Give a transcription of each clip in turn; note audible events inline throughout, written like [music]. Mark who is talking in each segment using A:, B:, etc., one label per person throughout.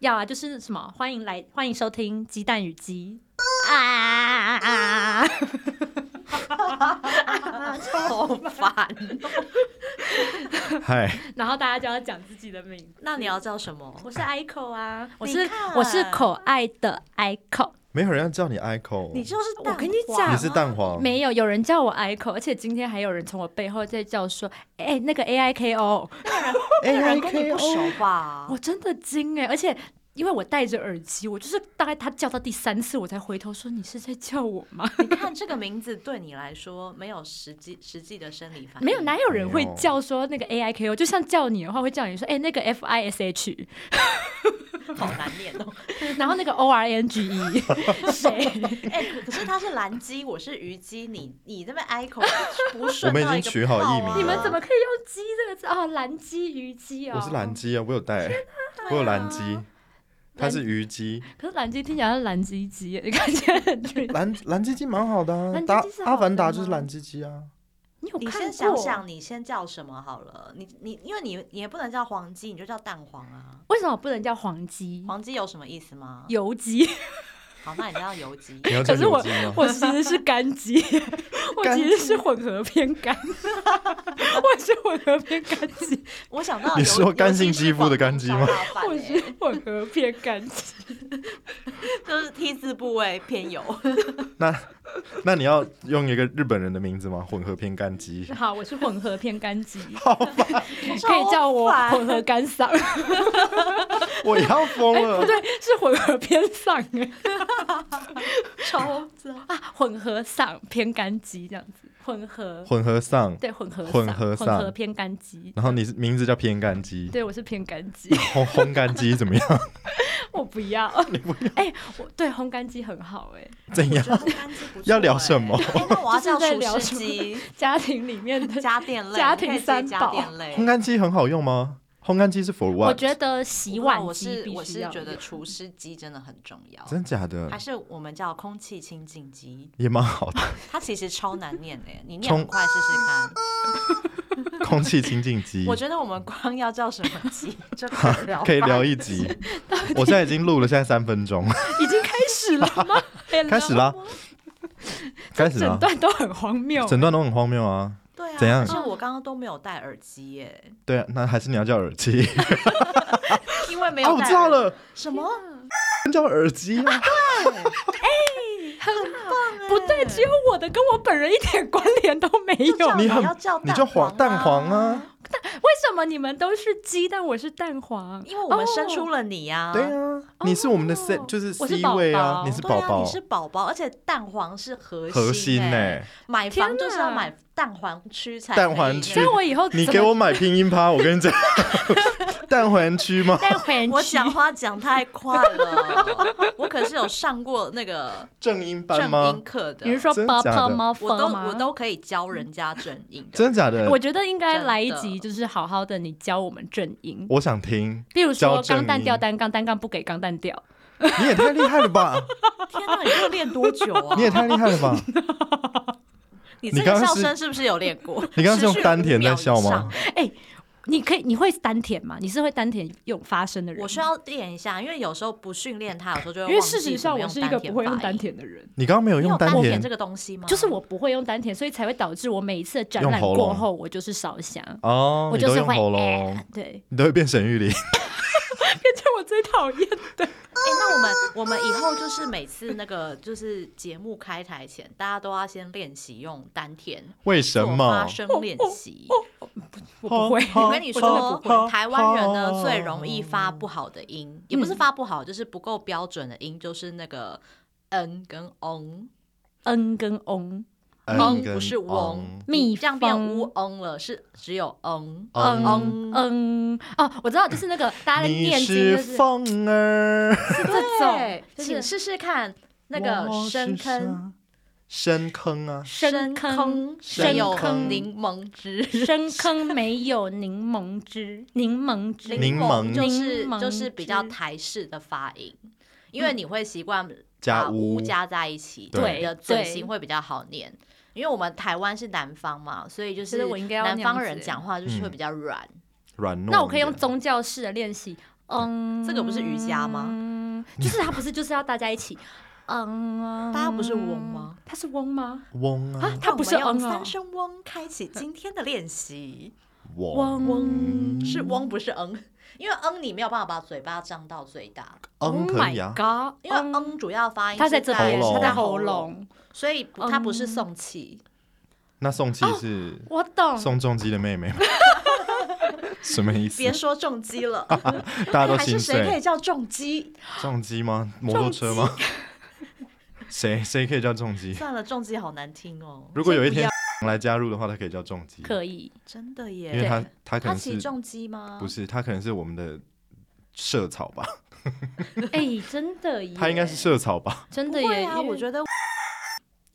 A: 要啊，就是什么，欢迎来，欢迎收听《鸡蛋与鸡》 [laughs] 啊啊啊！
B: 超烦。
C: 嗨，
A: 然后大家就要讲自己的名字。
B: 那你要叫什么？
A: 我是 Ico 啊，我
B: 你
A: 是
B: 看
A: 我是可爱的 Ico，
C: 没有人要叫你 Ico，
B: 你就是
A: 我跟你讲
B: 蛋黄
C: 你是蛋黄，
A: 没有有人叫我 Ico，而且今天还有人从我背后在叫说，哎、那个 A I K
B: 哦
A: O，
C: 哎
B: 那人
C: I
B: 跟你
C: K
B: 不
C: O，
B: 熟吧？
A: 我真的惊哎、而且。因为我戴着耳机，我就是大概他叫到第三次，我才回头说：“你是在叫我吗 [laughs]
B: 你看这个名字对你来说没有实际实际的生理？”反应，
A: 没有，哪有人会
C: 没有
A: 叫说那个 A I K O，就像叫你的话会叫你说：“哎、那个 F I S H。”
B: [laughs] 好难念哦。
A: 然后那个 O R N G
C: [laughs]
A: E 谁？
B: 哎、可可是他是蓝鸡，我是鱼鸡，你你那边 echo 不顺
C: 我们已
B: 到
C: 经
B: 一个
C: 取好
B: 泡
C: 艺名
B: 啊
C: 了
A: 你们怎么可以用“鸡”这个字哦？蓝鸡、鱼鸡哦。
C: 我是蓝。鸡啊，我有带，我有蓝
A: 哎
C: 鸡，它是鱼鸡，
A: 可是蓝鸡听起来像蓝鸡鸡耶，你看起来很
B: [laughs]
A: 俊。
C: 蓝蓝鸡鸡蛮好的啊，
A: 蓝
C: 达
A: 鸡鸡是好的
C: 阿凡达就
A: 吗
C: 是蓝鸡鸡啊，
A: 你有
B: 你
A: 看过？
B: 先想想，你先叫什么好了？你你，因为你你也不能叫黄鸡，你就叫蛋黄啊。
A: 为什么不能叫黄鸡、
B: 黄鸡有什么意思吗？
A: 油
C: [laughs]
A: 鸡？
B: 好，那你叫油鸡。
C: 你要叫
A: 可是我
C: 油鸡吗？
A: 我其实是干
C: [laughs]
A: 鸡，我
C: 干
A: 其
C: 鸡
A: 实是混合偏干，我是混合偏干
B: [laughs]
A: 鸡，
B: 我想到
C: 你
B: 油
C: 说
B: 油
C: 干
B: 鸡
C: 性
B: 是
C: 肌肤
B: 广
C: 的
B: 东
C: 干鸡
B: 烧
C: 吗
B: 腊饭
A: 我
B: 欸
A: 是混合偏干鸡。
B: 就是 T 字部位
A: [laughs]
B: 偏油。
C: 那那你要用一个日本人的名字吗？混合偏干
A: [laughs]
C: 鸡，
A: 好，我是混合偏干鸡，可
B: 可
A: 以叫我混合干
B: [laughs]
A: 嗓，
C: 我要疯了。
A: 哎对，是混合偏嗓哎。
B: 超 [laughs] 赞。
A: 啊，混合嗓偏干鸡这样子，混合
C: 混合上，
A: 对混合嗓
C: 混
A: 混
C: 合
A: 合
C: 嗓
A: 偏干鸡，
C: 然后你是名字叫偏干鸡，
A: 对我是偏干鸡，
C: 烘 [laughs] 烘干鸡怎么样？
A: [laughs] 我不要，哎、我对烘干鸡很好哎、
C: 怎样？
B: 干鸡不错
C: 要聊什么
B: 欸哎那我要
A: 就是
B: 叫
A: 在
B: 厨
A: 聊
B: 师
A: 什么
B: 鸡、
A: 家庭里面的，
B: 家
A: [laughs]
B: 电类、
A: 家
B: 你可以
A: 庭
B: 自己
A: 三
B: 家
A: 宝
B: 电类。
C: 烘干机很好用吗？烘干机是 for
A: 我
C: what？
A: 觉得洗
B: 不过
A: 碗
B: 我
A: 机
B: 是
A: 必
B: 我
A: 须
B: 是
A: 要
B: 觉得
A: 有
B: 除湿机真的很重要，
C: 真假的
B: 还是我们叫空气清净机，
C: 也蛮
A: [laughs]
C: 好的，
B: 它其实超难念的耶，欸你念
C: 冲
B: 很快试试看。
C: 空气清净机
B: 我觉得我们光要叫什么
C: [laughs]
B: 机就可以聊，
C: 可以聊一集。我现在已经录了，现在三分钟，
A: 已经开始了
C: [laughs]
A: 吗？
C: 开
A: [laughs]
C: 始啦，开始
A: 整
C: 啦，
A: 段都很荒谬，
C: 整段都很荒谬啊。
B: 对啊，
C: 怎样
B: 而且我刚刚都没有戴耳机耶，
C: 对啊，那还是你要叫耳机
B: 因为没
C: [laughs] 啊，
B: 有
C: 我
B: 戴
C: 知道
B: 耳
C: 了，
B: 什么
C: 叫耳机啊，
B: 啊
A: 不对，只有我的跟我本人一点关联都没
B: 就
A: 有
B: 叫。
C: 你很
B: 要叫啊
C: 你叫黄蛋黄啊，
A: 为什么你们都是鸡，但我是蛋黄？
B: 因为我们生出
A: 哦
B: 了你呀，
C: 对啊，你是我们的 C 就是
A: 我是
C: C
A: 宝
C: 位啊
A: 宝，
C: 你是
B: 对
C: 宝
B: 啊，
C: 宝
B: 你，是宝宝，而且蛋黄是核
C: 核心欸
B: 哎
C: 呢，？
B: 买
A: 天
B: 房就是
A: 哪
B: 要买蛋黄区才
C: 蛋
B: 可以
C: 黄
B: 呢
C: 区
A: 这样我以后
C: 你
A: 怎
C: 给
A: 么
C: 我买拼音趴，我跟你讲， [laughs] 蛋黄区吗？
A: 蛋黄
B: 我
A: 区
B: 讲话讲太快
A: [laughs]
B: 了，我可是有上过那个
C: 正音班
B: 正
C: 吗
B: 音？课的
A: 你，是说
C: 真
A: b
C: 假
A: u
C: 的
A: p 吗？
B: 我都
A: fur 吗
B: 我都可以教人家正音的。
C: 真的假的？
A: 我
C: 我
A: 觉得应该来一
B: 真
A: 集，
B: 的
A: 就是好好的你教我们正音，
C: 我想听，
A: 比如说
C: 教正
A: 钢蛋掉
C: 音
A: 单杠，单杠不给钢蛋掉，
C: 你也太厉害了吧！
B: 天哪，你这个练多久啊？
C: 你也太厉害了吧！
B: 你这
C: 你刚
B: 个
C: 刚
B: 笑
C: 是
B: 声是不是有练过？
C: 你刚刚是用
B: 持续
C: 丹田在
B: 5
C: 笑吗
B: 秒以上？
A: 你可以你会丹田吗？你是会丹田用发声的人吗？
B: 我需要练一下，因为有时候不训练它，有时候就会
A: 因为
B: 忘记
A: 事实
B: 怎
A: 上
B: 么
A: 我是一个不会用丹
B: 田
A: 田
B: 嗯
A: 的人，
C: 你刚刚没有
B: 发音。你
C: 用
B: 有丹
C: 丹
B: 这
C: 田
B: 个东西吗？
A: 就是我不会用丹田，所以才会导致我每一次的展
C: 用
A: 览
C: 喉
A: 过
C: 咙
A: 后，我就是烧香，
C: 哦，
A: 我
C: 你
A: 就
C: 都
A: 是
C: 用
A: 会
C: 喉
A: 哎
C: 咙， [laughs]
A: 对，
C: 你都会变沈玉琳。
A: 变成我最讨厌的。
B: 哎、那我们我们以后就是每次那个就是节目开台前，大家都要先练习用丹田
C: 为什
B: 做发
C: 么？
B: 声
A: 哦
B: 练习。
A: 我不会，
C: 哦
B: 我跟你
C: 我真的
B: 说
C: 不会，
B: 台湾人呢
C: 哦
B: 最容易发不好的音，也不
A: 嗯
B: 是发不好，就是不够标准的音，就是那个 n 跟 on，
A: 嗯跟嗡，
B: 嗡
C: 嗯，
B: 不是嗡，
A: 蜜
B: 这样变
A: 蜂
B: u on 了，是只有 on。
C: 嗯
A: 嗯嗯哦，我知道，就是那个大家在
C: 你
A: 念经，
C: 是
A: 就是
C: 风儿，
A: 这种，就
B: 请
A: 是
B: 试试看那个
C: 我是
B: 深坑。
C: 沙，深坑啊！
A: 深坑
B: 深
C: 深
B: 有
C: 坑
B: 柠檬汁，
A: 深坑没有柠檬汁，柠檬汁，
C: 柠檬
B: 就是
A: 柠檬
B: 就是比较
A: 汁
B: 台式的发音，因为你会习惯
C: 加
B: 把
C: 乌
B: 乌加在一起，
C: 对
B: 你的嘴型会比较好念。因为我们台湾是南方嘛，所以就
A: 觉
B: 是
A: 得我应该要那
B: 南
A: 样
B: 方人
A: 子
B: 讲话就是会比较软。
C: 软糯一点。
A: 那我可以用宗教式的练习，嗯，
B: 这个不是瑜伽吗
A: 嗯，就是它不是就是要大家一起，嗯，
B: [laughs] 大家不是嗡吗？
A: 它是嗡吗？
C: 嗡啊
A: 啊，它不是
B: 那我
A: 嗯
B: 们用
A: 哦
B: 三，声嗡开启今天的练习，
C: 嗡
A: 嗡嗡
B: 是嗡不是嗯，因为嗯你没有办法把嘴巴张到最大，
C: 嗯
A: Oh
C: 可以啊
A: my，God，
B: 因为嗯主要发音
A: 它
B: 是
A: 在这边，
C: 喉
A: 它
C: 咙
A: 在喉，咙。
B: 所以不它不是
A: 嗯
B: 送气。
C: 那宋气是
A: 我
B: 哦
A: 懂，
C: 宋仲基的
B: [laughs]
C: 妹妹吗？什么意思？
B: 别说重击
C: [laughs]
B: 了，
C: 大家都
B: 还是
C: 心
B: 谁可
C: 碎
B: 以。叫重击？
C: 重机吗？摩托车吗？ [laughs] 谁谁可以叫重机？
B: 算了，重击好难听哦。
C: 如果有一
B: 先
C: 天来加入的话，他可以叫重机，
A: 可以。
B: 不要真的
C: 因为
B: 耶，
C: 他他可
B: 他
C: 能
B: 起
C: 是
B: 重击吗？
C: 不是他可能是我们的社草吧？
A: 哎，真的
B: [laughs]
A: 耶，
C: 他应该是社草吧？
A: 真
B: 不
A: 的
B: 会
A: 耶，
B: 啊，
A: 因为
B: 我觉得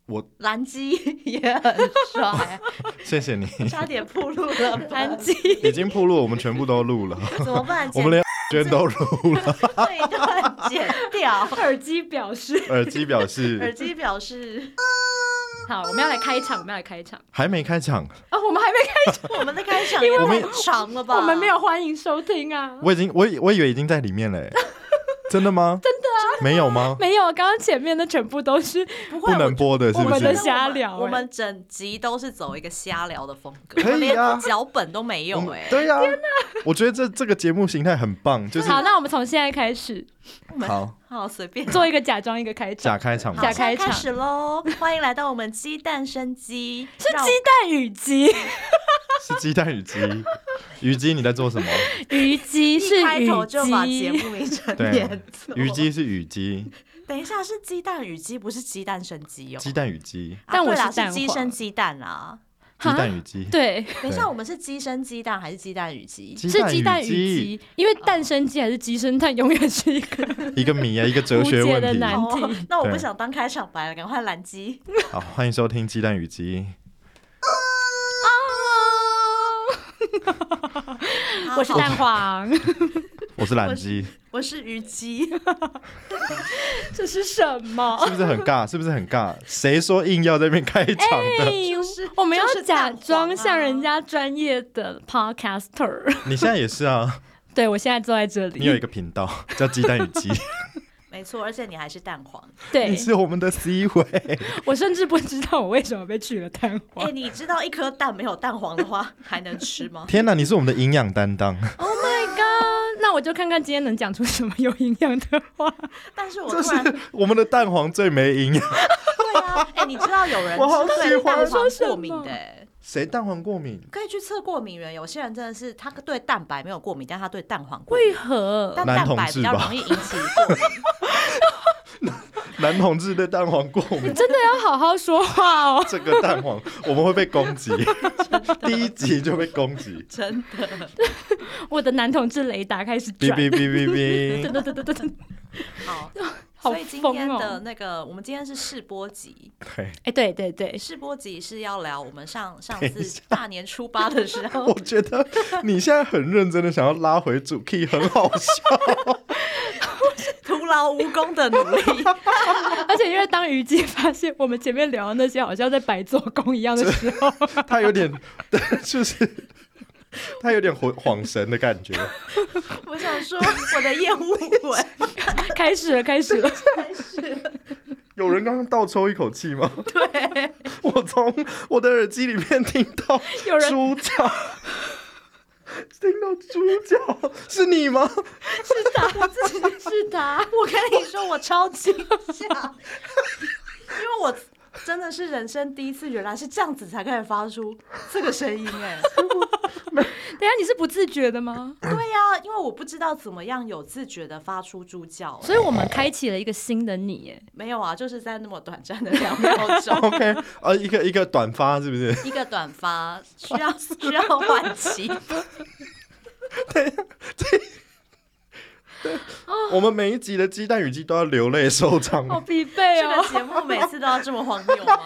C: 我
B: [laughs] 蓝鸡也很帅，
C: 谢谢你，
B: 差点暴露
A: [laughs]
B: 了蓝 [laughs] 鸡，
C: 已经铺路，我们全部都录了，
B: 怎么办？
C: 我
B: 剪
C: 们连娟都录了。
B: 这一段剪掉。
A: 耳机表示
B: [laughs]
C: 耳机表
A: [laughs]
B: 耳
C: 示
B: 机表示
A: 好，我们要来开场，我们要来开场
C: 还没开场，
A: 啊，我们还没开，
B: 我们的开场也
C: 我们
B: 太长了吧？
A: 我们没有欢迎收听啊，
C: 我已经我以我以为已经在里面了欸，真的
A: [laughs]
C: 吗？真的
A: 啊
C: 没有吗？
A: 没有，刚刚前面的全部都是
B: 不会
C: 不能播的是
A: 我
C: 不
A: 们的
C: 是？
A: 瞎聊
B: 我们我
A: 哎
B: 们整集都是走一个瞎聊的风格，
C: 可以啊
B: 连脚本都没有
C: 我们
A: 欸
B: 哎。
C: 对呀，啊我觉得这这个节目形态很棒，就是
A: 好，那我们从现在开始
B: 我们
C: 好
B: 好随
A: [laughs]
B: 便。
A: 做一个假装一个开场
C: 假，开场
A: 好
C: 吧
B: 好，
A: 假
B: 现
A: 开
B: 在开
A: 场
B: 始喽！欢迎来到我们鸡蛋生鸡，
A: 是鸡蛋与鸡， [laughs]
C: 是鸡蛋与鸡。虞姬你在做什么？
A: 虞姬
B: 让
A: 是
B: 一开
A: 虞
B: 头就把节
A: 姬，
B: 目名称
C: 对
B: 念错。
C: 虞姬是虞姬，
B: [laughs] 等一下是鸡蛋与鸡，不是鸡蛋生鸡哦。
C: 鸡蛋与鸡，
B: 啊
A: 但我
B: 对啦
A: 是蛋
B: 是鸡
A: 黄
B: 生鸡蛋啦。
C: 鸡蛋与鸡。
A: 对，
B: 等一下，我们是鸡生鸡蛋还是鸡蛋与鸡？
A: 是鸡蛋
C: 与
A: 与鸡，因为蛋生鸡还是鸡生蛋，永远是一个
C: 一个谜啊，一个哲学
A: 无解的
C: 问题。
A: 难
B: 哦
A: 题，
B: [laughs] 那我不
C: 对
B: 想当开场白了，赶快拦鸡。
C: 好，欢迎收听《鸡蛋与鸡
A: [laughs] [laughs] 我是
B: 好
A: 蛋黄，》，
C: 我是懒鸡，
B: 我是虞姬，
A: [laughs]
B: [laughs]
A: 这是什么？ [laughs]
C: 是不是很尬？是不是很尬？谁说硬要在那边开场的？
B: 就是
A: 哎我们要
B: 就是蛋
A: 假
B: 黄
A: 装
B: 啊
A: 像人家专业的 podcaster。
C: 你现在也是啊，
A: 对我现在坐在这
C: 你有一
A: 里，
C: 个频道叫《鸡蛋与鸡》，
B: 没错，而且你还是蛋黄。
A: 对
C: 你是我们的 C 位。
A: 我甚至不知道我为什么被取了蛋
B: 哎、
A: 黄。
B: 你知道一颗蛋没有蛋黄的话还能吃
C: [laughs]
B: 吗？
C: 天哪，你是我们的营养担当，
A: Oh my god！那我就看看今天能讲出什么有营养的话。
B: 但是我
C: 这
B: 突
C: 是
B: 然
C: 我们的蛋黄最没营养。
B: 对啊，哎、你知道有人
C: 我好
B: 是
C: 喜
B: 对
C: 欢
B: 蛋
A: 说
B: 黄
A: 什
B: 过敏
A: 么
B: 的、哎
C: 谁蛋黄过敏？
B: 可以去测过敏源。有些人真的是他对蛋白没有过敏，但他对蛋黄过敏。
A: 为何？
B: 但
C: 男
B: 蛋
C: 同
B: 白比
C: 志
B: 较
C: 吧
B: 容易引起过敏。
C: 男同志对蛋黄过敏，
A: 真的要好好说话哦。
C: 这个蛋黄我们会被攻击，第一集就被攻
B: [laughs]
C: 击。
B: 真的，
A: [laughs] [laughs] 我的男同志雷达开始
C: 哔
A: 转。
C: 哔哔哔
A: 对 [laughs]
C: 哔，
A: 对对对对对，
B: 好，
A: [laughs] 好
B: 所以今天
A: 疯
B: 的
A: 哦！
B: 那个，我们今天是试播集，
C: 对，
A: 哎，对对对，
B: 试播集是要聊我们上上
C: 等一
B: 次大年初八的时候
C: [laughs] 我觉得你现在很认真的想要拉回主 key，很好笑。
B: 徒劳无功的努
A: [laughs]
B: 力。
A: 而且因为当虞姬发现我们前面聊的那些好像在白做工一样的时 [laughs] 候，
C: 他有点， [laughs] 就是他有点恍恍神的感觉。
B: 我想说，我的厌恶文
A: 开始了，开始了。
C: 有人刚刚倒抽一口气吗？对，我从我的耳机里面听到
A: 有人
C: 猪叫，听到猪叫，是你吗？
A: 是的，
B: [laughs] 我跟你说，我超惊 [laughs] 吓，因为我真的是人生第一次，原来是这样子才可以发出这个声音 [laughs] 哎、
A: 等一下你是不自觉的吗？
B: 对呀、因为我不知道怎么样有自觉的发出猪叫、哎
A: 所以我们开启了一个新的你耶。
B: 没有啊，就是在那么短暂的两秒 [laughs] 钟。
C: OK，呃，一个一个短发是不是？
B: 一个短发需 [laughs] 要需要换气，
C: 我们每一集的鸡蛋与鸡都要流泪收场。
A: 好疲惫
B: 这个
A: 哦！
B: 节目每次都要这么荒谬吗？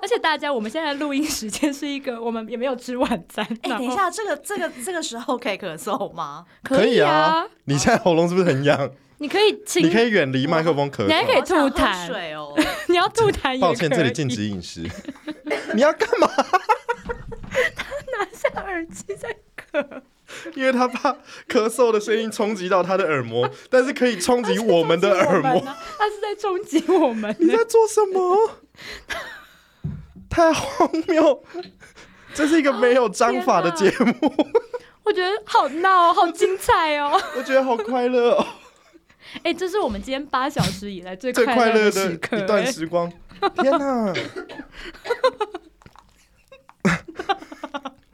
A: 而且大家，我们现在录音时间是一个，我们也没有吃晚餐。
B: [laughs] 哎、
A: 然后
B: 等一，下，这个这个这个时候可以咳嗽吗？
A: 可
C: 以
A: 啊，，
C: 你现在喉咙是不是很痒？
A: 你可以亲，
C: 你可以远离麦克风咳嗽。
A: 你还可以
B: [laughs] 好想
A: 吐
B: 喝 [laughs]
A: 痰
B: 水哦。
A: 你要吐痰也可以。
C: 抱歉，这里禁止饮食。你要干嘛？
A: [laughs] 拿下耳机在咳，
C: 因为他怕咳嗽的声音冲击到他的耳膜，但是可以冲击我们的耳
A: 他是在冲击我
C: 膜
A: 们。啊，他是在冲击我们
C: 你
A: 呢、
C: 在做什么？ [laughs] 太荒谬！这是一个没有章法的节目，
A: 我觉得好闹、哦，好精彩哦！ [laughs]
C: 我觉得好快乐哦，
A: 哎、这是我们今天八小时以来 [laughs] 最
C: 最快
A: 的
C: 乐的
A: 时刻、
C: 一段
A: 哎
C: 时光。天哪！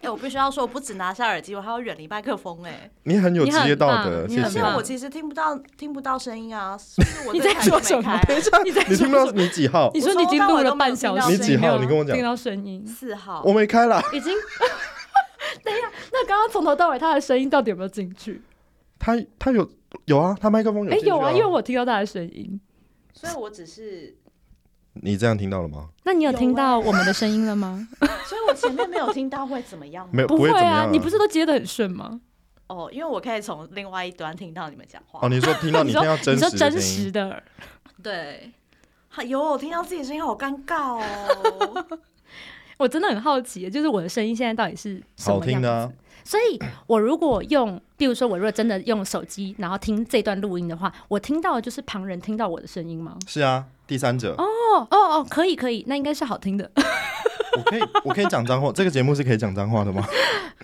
B: 哎、我必须要说，我不只拿下耳机，我还要远离麦克风、哎，
C: 你很有
A: 你
C: 职
A: 很
C: 业道
A: 棒
C: 德，
A: 你
C: 谢
A: 很
C: 谢
B: 因为
A: 棒。
B: 我其实听不到听不到声音
A: [laughs]
B: 啊，是不是
A: [laughs] 嗯
B: 我
A: 你在
B: 这台
A: 说
B: 就
A: 什
B: 没
A: 么
B: 开？
A: 你在
C: 你听不到
A: 说什么
C: 你几号？
A: 你说你已经录了半小时，
C: 你几号你跟我讲
A: 听到声音
B: 四号
C: 我没开啦，
A: 已经。 [laughs] 等一下，那刚刚从头到尾他的声音到底有没有进去？
C: 他他有有啊，他麦克风有
A: 哎、
C: 进去
A: 有啊，因为我听到他的声音。
B: 所以我只是，
C: 你这样听到了吗？
A: 那你有
B: 有
A: 听
B: 啊
A: 到我们的声音了吗？
B: 所以我前面没有听到会怎么样吗？
C: 没有，
A: 不
C: 会
A: 会
C: 怎么样
A: 啊，你不是都接的很顺吗？
B: 哦，因为我可以从另外一端听到你们讲话。
C: 哦？你说听到你听
A: 说
C: 到
A: [laughs] 你
C: 真
A: 说
C: 实的
A: 真
C: 声
A: 实
C: 音，
A: 的，
B: 对，哎呦，我听到自己声音好尴尬哦。
A: [laughs] 我真的很好奇，就是我的声音现在到底是什
C: 好
A: 么
C: 听
A: 样
C: 的
A: 子
C: 啊？
A: 所以，我如果用，比如说，我如果真的用手机，然后听这段录音的话，我听到的就是旁人听到我的声音吗？
C: 是啊，第三者，
A: 哦哦哦，可以哦可以，那应该是好听的。
C: 我可以我可以
A: [laughs]
C: 讲脏话，这个节目是可以讲脏话的吗？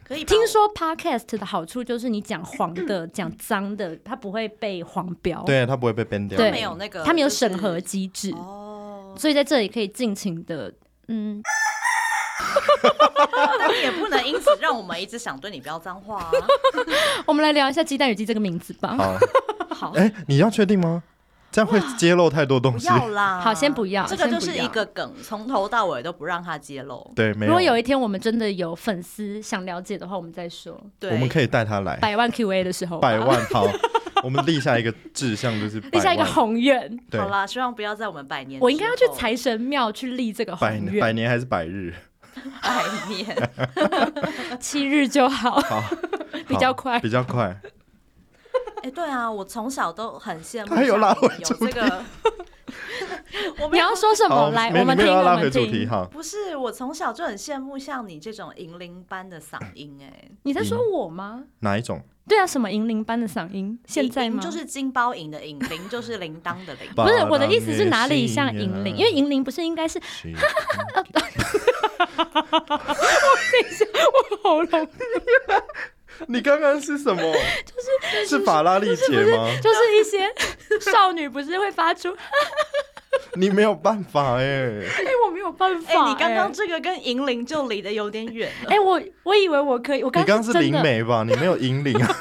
B: 可以吧，
A: 听说 podcast 的好处就是你讲黄的、讲脏的，它不会被黄标，，
C: 对，啊他不会被 ban 掉。
A: 对
B: 没有那个，
A: 它哦没有
B: 就是
A: 审核机制，
B: 哦，
A: 所以在这里可以尽情的，嗯，
B: 但也不能因此让我们一直想对你飙脏话
A: [laughs]
B: 啊。
A: 我们来聊一下鸡蛋与鸡这个名字吧。 [laughs]
C: 好，
B: 好，
C: 哎，你要确定吗？这样会揭露太多
B: 不
C: 东西。
B: 要啦，
A: 好先不要
B: 这个
A: 先
B: 就
A: 不
B: 是
A: 要
B: 一个梗，从头到尾都不让他揭露。
C: 对，没
A: 如果有
C: 有，
A: 一天我们真的有粉丝想了解的话，我们再说。
B: 对，
C: 我们可以带他来
A: 百万 Q&A 的时候吧，
C: 哎百万好，我们立下一个志向就是百
A: [laughs] 立下一个
C: 万
A: 宏愿。
C: 对
B: 好，啦，希望不要在我们百年。
A: 我应该要去。财神庙去立这个
C: 百
A: 宏
C: 年百
A: 愿，
C: 年还是百日？
B: 百年，
A: 七日就好， [laughs]
C: 好，
A: 比
C: 好
A: 较快
C: 比较快。
B: 哎，对啊，我从小都很羡慕
C: 他有拉
B: 像你
C: 回
B: 有
C: 主
B: 这个。 [laughs] 我
A: 你
B: 没有
A: 要说什
C: 好，
A: 么？来，
C: 没
A: 我们
C: 没
A: 听，
C: 有要
A: 我
C: 拉回
A: 们
C: 主题
A: 听。
C: 哈。
B: 不是，我从小就很羡慕像你这种银铃般的嗓音、哎，
A: 你在说我吗？
C: 哪一种？
A: 对啊，什么银铃般的嗓音？现在
B: 银
A: 吗？
B: 就是金包银的银，铃就是铃铛
A: [laughs]
B: 的铃。
A: 不是我的意思是哪里
C: 啊
A: 像银铃？因为银铃不是应该是
C: 是
A: 我喉咙，
C: [laughs] 你刚刚是
A: [laughs]
C: 什么？就是是法拉利姐吗？
A: 就是一些少女不是会发出？ [laughs] 哎，
C: 你没有办法哎，
A: 我没有办法
B: 哎、
A: 欸。
B: 你刚刚这个跟银铃就离得有点远了。
A: 哎，我我以为我可以，我
C: 你刚
A: 刚
C: 刚是
A: 真
C: 灵
A: 的
C: 媒吧？你没有银铃啊？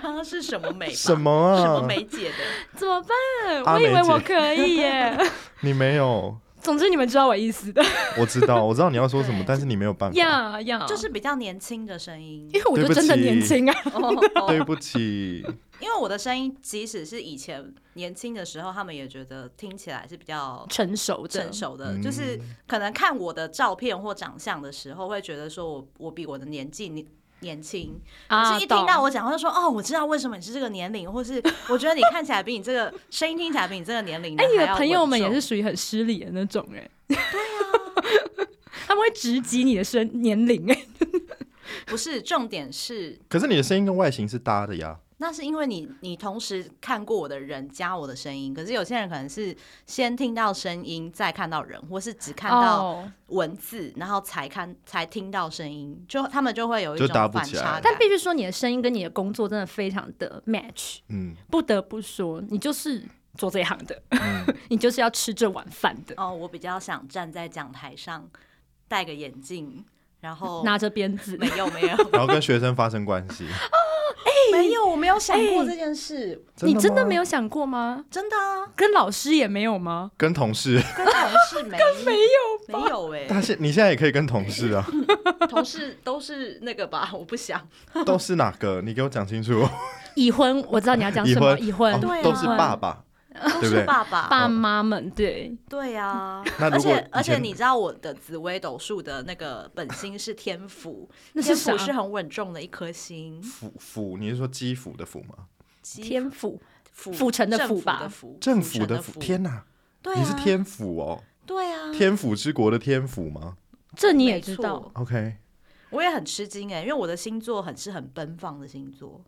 B: 刚刚是什么美吧？
C: [laughs] 什么啊
B: [laughs] 什么梅姐的？
A: 怎么办？
C: 阿
A: 我以
C: 梅
A: 为我
C: 姐
A: 可以耶。
C: 你没有，
A: [laughs] 总之你们知道我意 [laughs] 思的，
C: 我知道，我知道你要说什么，
B: 对
C: 但是你没有办法。
A: 呀呀，
B: 就是比较年轻的
A: [laughs]
B: 声音。
A: 因为我就真的年轻啊，
B: 哦
C: 对
B: 哦，
C: 不起，
B: 因为我的声音，即使是以前年轻的时候，他们也觉得听起来是比较
A: 成嗯熟的
B: 成。熟的，就是可能看我的照片或长相的时候，会觉得说我我比我的年纪年年轻。可
A: 啊，
B: 是，一听到
A: 懂
B: 我讲话就说哦，我知道为什么你是这个年龄，或是我觉得你看起来比你这个声音听起来比你这个年龄还
A: 哎、
B: 要
A: 你
B: 稳重。
A: 的朋友们也是属于很失礼的那种哎、啊 [laughs] 他们会直击你的身年龄哎、
B: 不是重点是
C: 可是你的声音跟外形是搭的呀。
B: 那是因为你你同时看过我的人加我的声音，可是有些人可能是先听到声音再看到人，或是只看到
A: 哦，
B: 文字，然后才看才听到声音，就他们就会有一
C: 就
B: 种
C: 搭不
B: 反
C: 起来
B: 差感。
A: 但必须说你的声音跟你的工作真的非常的 match，
C: 嗯，
A: 不得不说你就是做这一行的， [laughs]
C: 嗯
A: 你就是要吃这碗饭的，
B: 哦，我比较想站在讲台上，戴个眼镜，然后
A: 拿着鞭子
B: 哦没。有没
A: [laughs]
B: 有
C: 然后跟学生发生关系，
B: 没有，我没有想过
A: 哎
B: 这件事，
A: 你真的没
C: 有
A: 有想过吗？
B: 真的啊，
A: 跟老师也没有吗？
C: 跟同事？ [laughs]
B: [laughs] 跟同事没没有没有哎、
C: 但是你现在也可以跟同事啊，
B: 同事都是那个吧，我不想。
C: 都是哪个？你给我讲清楚。
A: 已婚，我知道你要讲什么，已婚，
C: 哦
B: 对啊
C: 都是爸爸，
B: 都
C: 对不
B: 是
C: 对
B: 爸爸，
A: 爸妈们对，
B: 对啊
C: 那
B: 而
C: 如果
B: 且
C: 以前
B: 而且你知道我的紫微斗数的那个本星是天府，
A: [laughs] 那是
B: 天
A: 啥
B: 府是很稳重的一颗星，
C: 府府，你是说基辅的府吗？
B: 基
A: 天赋
B: 府
A: 府城的
B: 政
A: 府
B: 府
A: 吧
B: 的府
C: 政
B: 府
C: 府
B: 城
C: 的
B: 的
C: 府，天哪，
B: 对啊，
C: 你是天府哦，
B: 对啊，
C: 天府之国的天府吗？
A: 这你也
B: 没
A: 知
B: 错
A: 道
C: OK，
B: 我也很吃惊哎、因为我的星座很是很奔放的星座，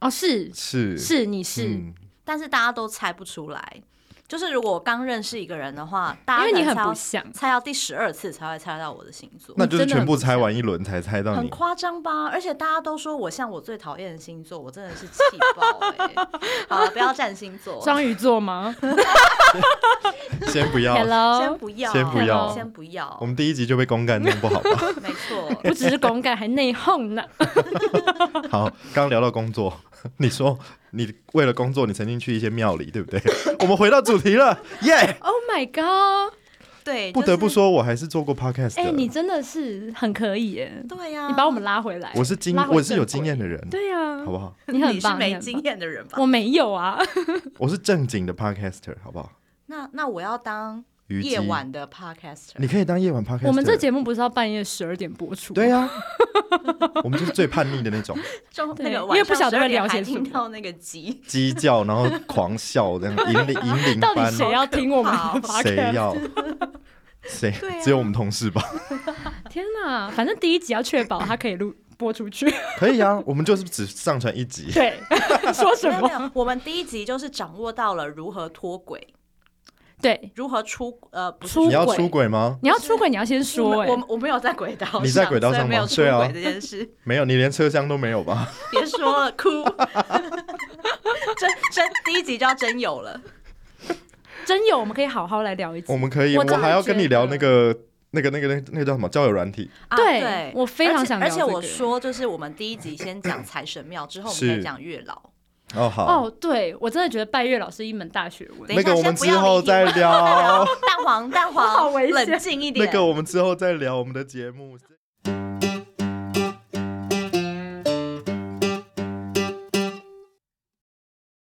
A: 哦？是
C: 是
A: 是，你是、
C: 嗯
B: 但是大家都猜不出来。就是如果我刚认识一个人的话，
A: 因
B: 大家
A: 为你很
B: 可能猜
A: 不
B: 到
A: 像，
B: 猜到第十二次才会猜到我的星座，
C: 那就是
A: 真的
C: 全
A: 很
C: 部
A: 不
C: 猜完一轮才猜到
B: 很
C: 你。
B: 夸张吧？而且大家都说我像我最讨厌的星座，我真的是气爆哎、
A: [laughs]
B: 好了，不要占星座，
A: [laughs] 双鱼座
B: [laughs]
A: 吗
C: 先不要，
B: 先
A: ？Hello，
C: [laughs]
B: 不要，
C: 先不
A: 要
B: 先不要
C: 我，们第一集就被公干弄不好吧？
B: 没错。
A: 不只是公干，还内讧
C: [laughs]
A: 呢。
C: 好，刚聊到工作，你说你为了工作，你曾经去一些庙里，对不对？ [laughs] 我们回到主题了，耶！
A: Oh my god！
B: 对，
C: 不得不
B: 就是，
C: 说，我还是做过 podcast
A: 哎、你
C: 的，
A: 真的是很可以耶，
B: 对呀、
A: 你把我们拉回来，
C: 我是经
A: 拉回
C: 我是有
A: 正轨
C: 经验的人，
A: 对啊呀、
C: 好不好？
A: 你很
B: 你是
A: 棒，你
B: 没
A: 很
B: 经
A: 棒
B: 验的人吧？
A: 我没有啊，
C: [laughs] 我是正经的 podcaster，好不好？
B: 那那我要当
C: 虞姬
B: 夜晚的 podcaster，
C: 你可以当夜晚 podcast。
A: 我们这节目不是要半夜十二点播出？
C: 对啊呀、我们就是最叛逆的那种， [laughs]
B: 中
A: 对
B: 那个
A: 因
B: 晚
A: 为
B: 上
A: 不晓得会
B: 12点
A: 了解
B: 还
A: 什么
B: 听到那个鸡，
C: 鸡叫然后狂笑这样，引领引领
A: 到底
C: 班，
A: 谁要听我们 [laughs] 的 p o
C: 谁要？谁、
B: 对啊
C: 只有我们同事吧？
A: 天哪，反正第一集要确保它可以录播出
C: [laughs]
A: 去。
C: 可以啊，我们就是只上传一集。
A: 对， [laughs] 说 [laughs] 什
B: 没有没
C: [laughs]
A: 么？
B: 有，我们第一集就是掌握到了如何脱轨，
A: 对，
B: 如何出呃不是
A: 出
C: 你要
A: 轨
C: 出轨吗？
A: 你要出轨，你要先说、
B: 我
A: 哎，
B: 们我们我没有在轨道上，
C: 你在轨道上
B: 所以没有
C: 吗
B: 出
C: 对啊
B: 轨这件事，
C: 没有，你连车厢都没有吧？
B: 别说了，哭，真真第一集就要真有了，
A: 真有，我们可以好好来聊一集
C: 我。们可以，
A: 我
C: 我
A: 真的
C: 还要跟你聊
A: 觉得
C: 那个、那个、那个、那那个叫什么交友软体？
B: 啊
A: 对
B: 对，
A: 我非常想
B: 而
A: 聊
B: 且，而
A: 这
B: 且我
A: 个
B: 说，就是我们第一集先讲财神庙，之后我们可以
C: 是
B: 讲月老。
C: 哦，好，
A: 哦，对，我真的觉得拜月老是一门大学问
B: 等。
C: 那
B: 一下
C: 个我
B: 先
C: 们
B: 不
C: 之
B: 要
C: 后
B: 离题
C: 再
B: 我
C: 聊，
B: 哦蛋黄，蛋黄，
A: [laughs] 好危险
B: 冷静一点。
C: 那个我们之后再聊我们的节目。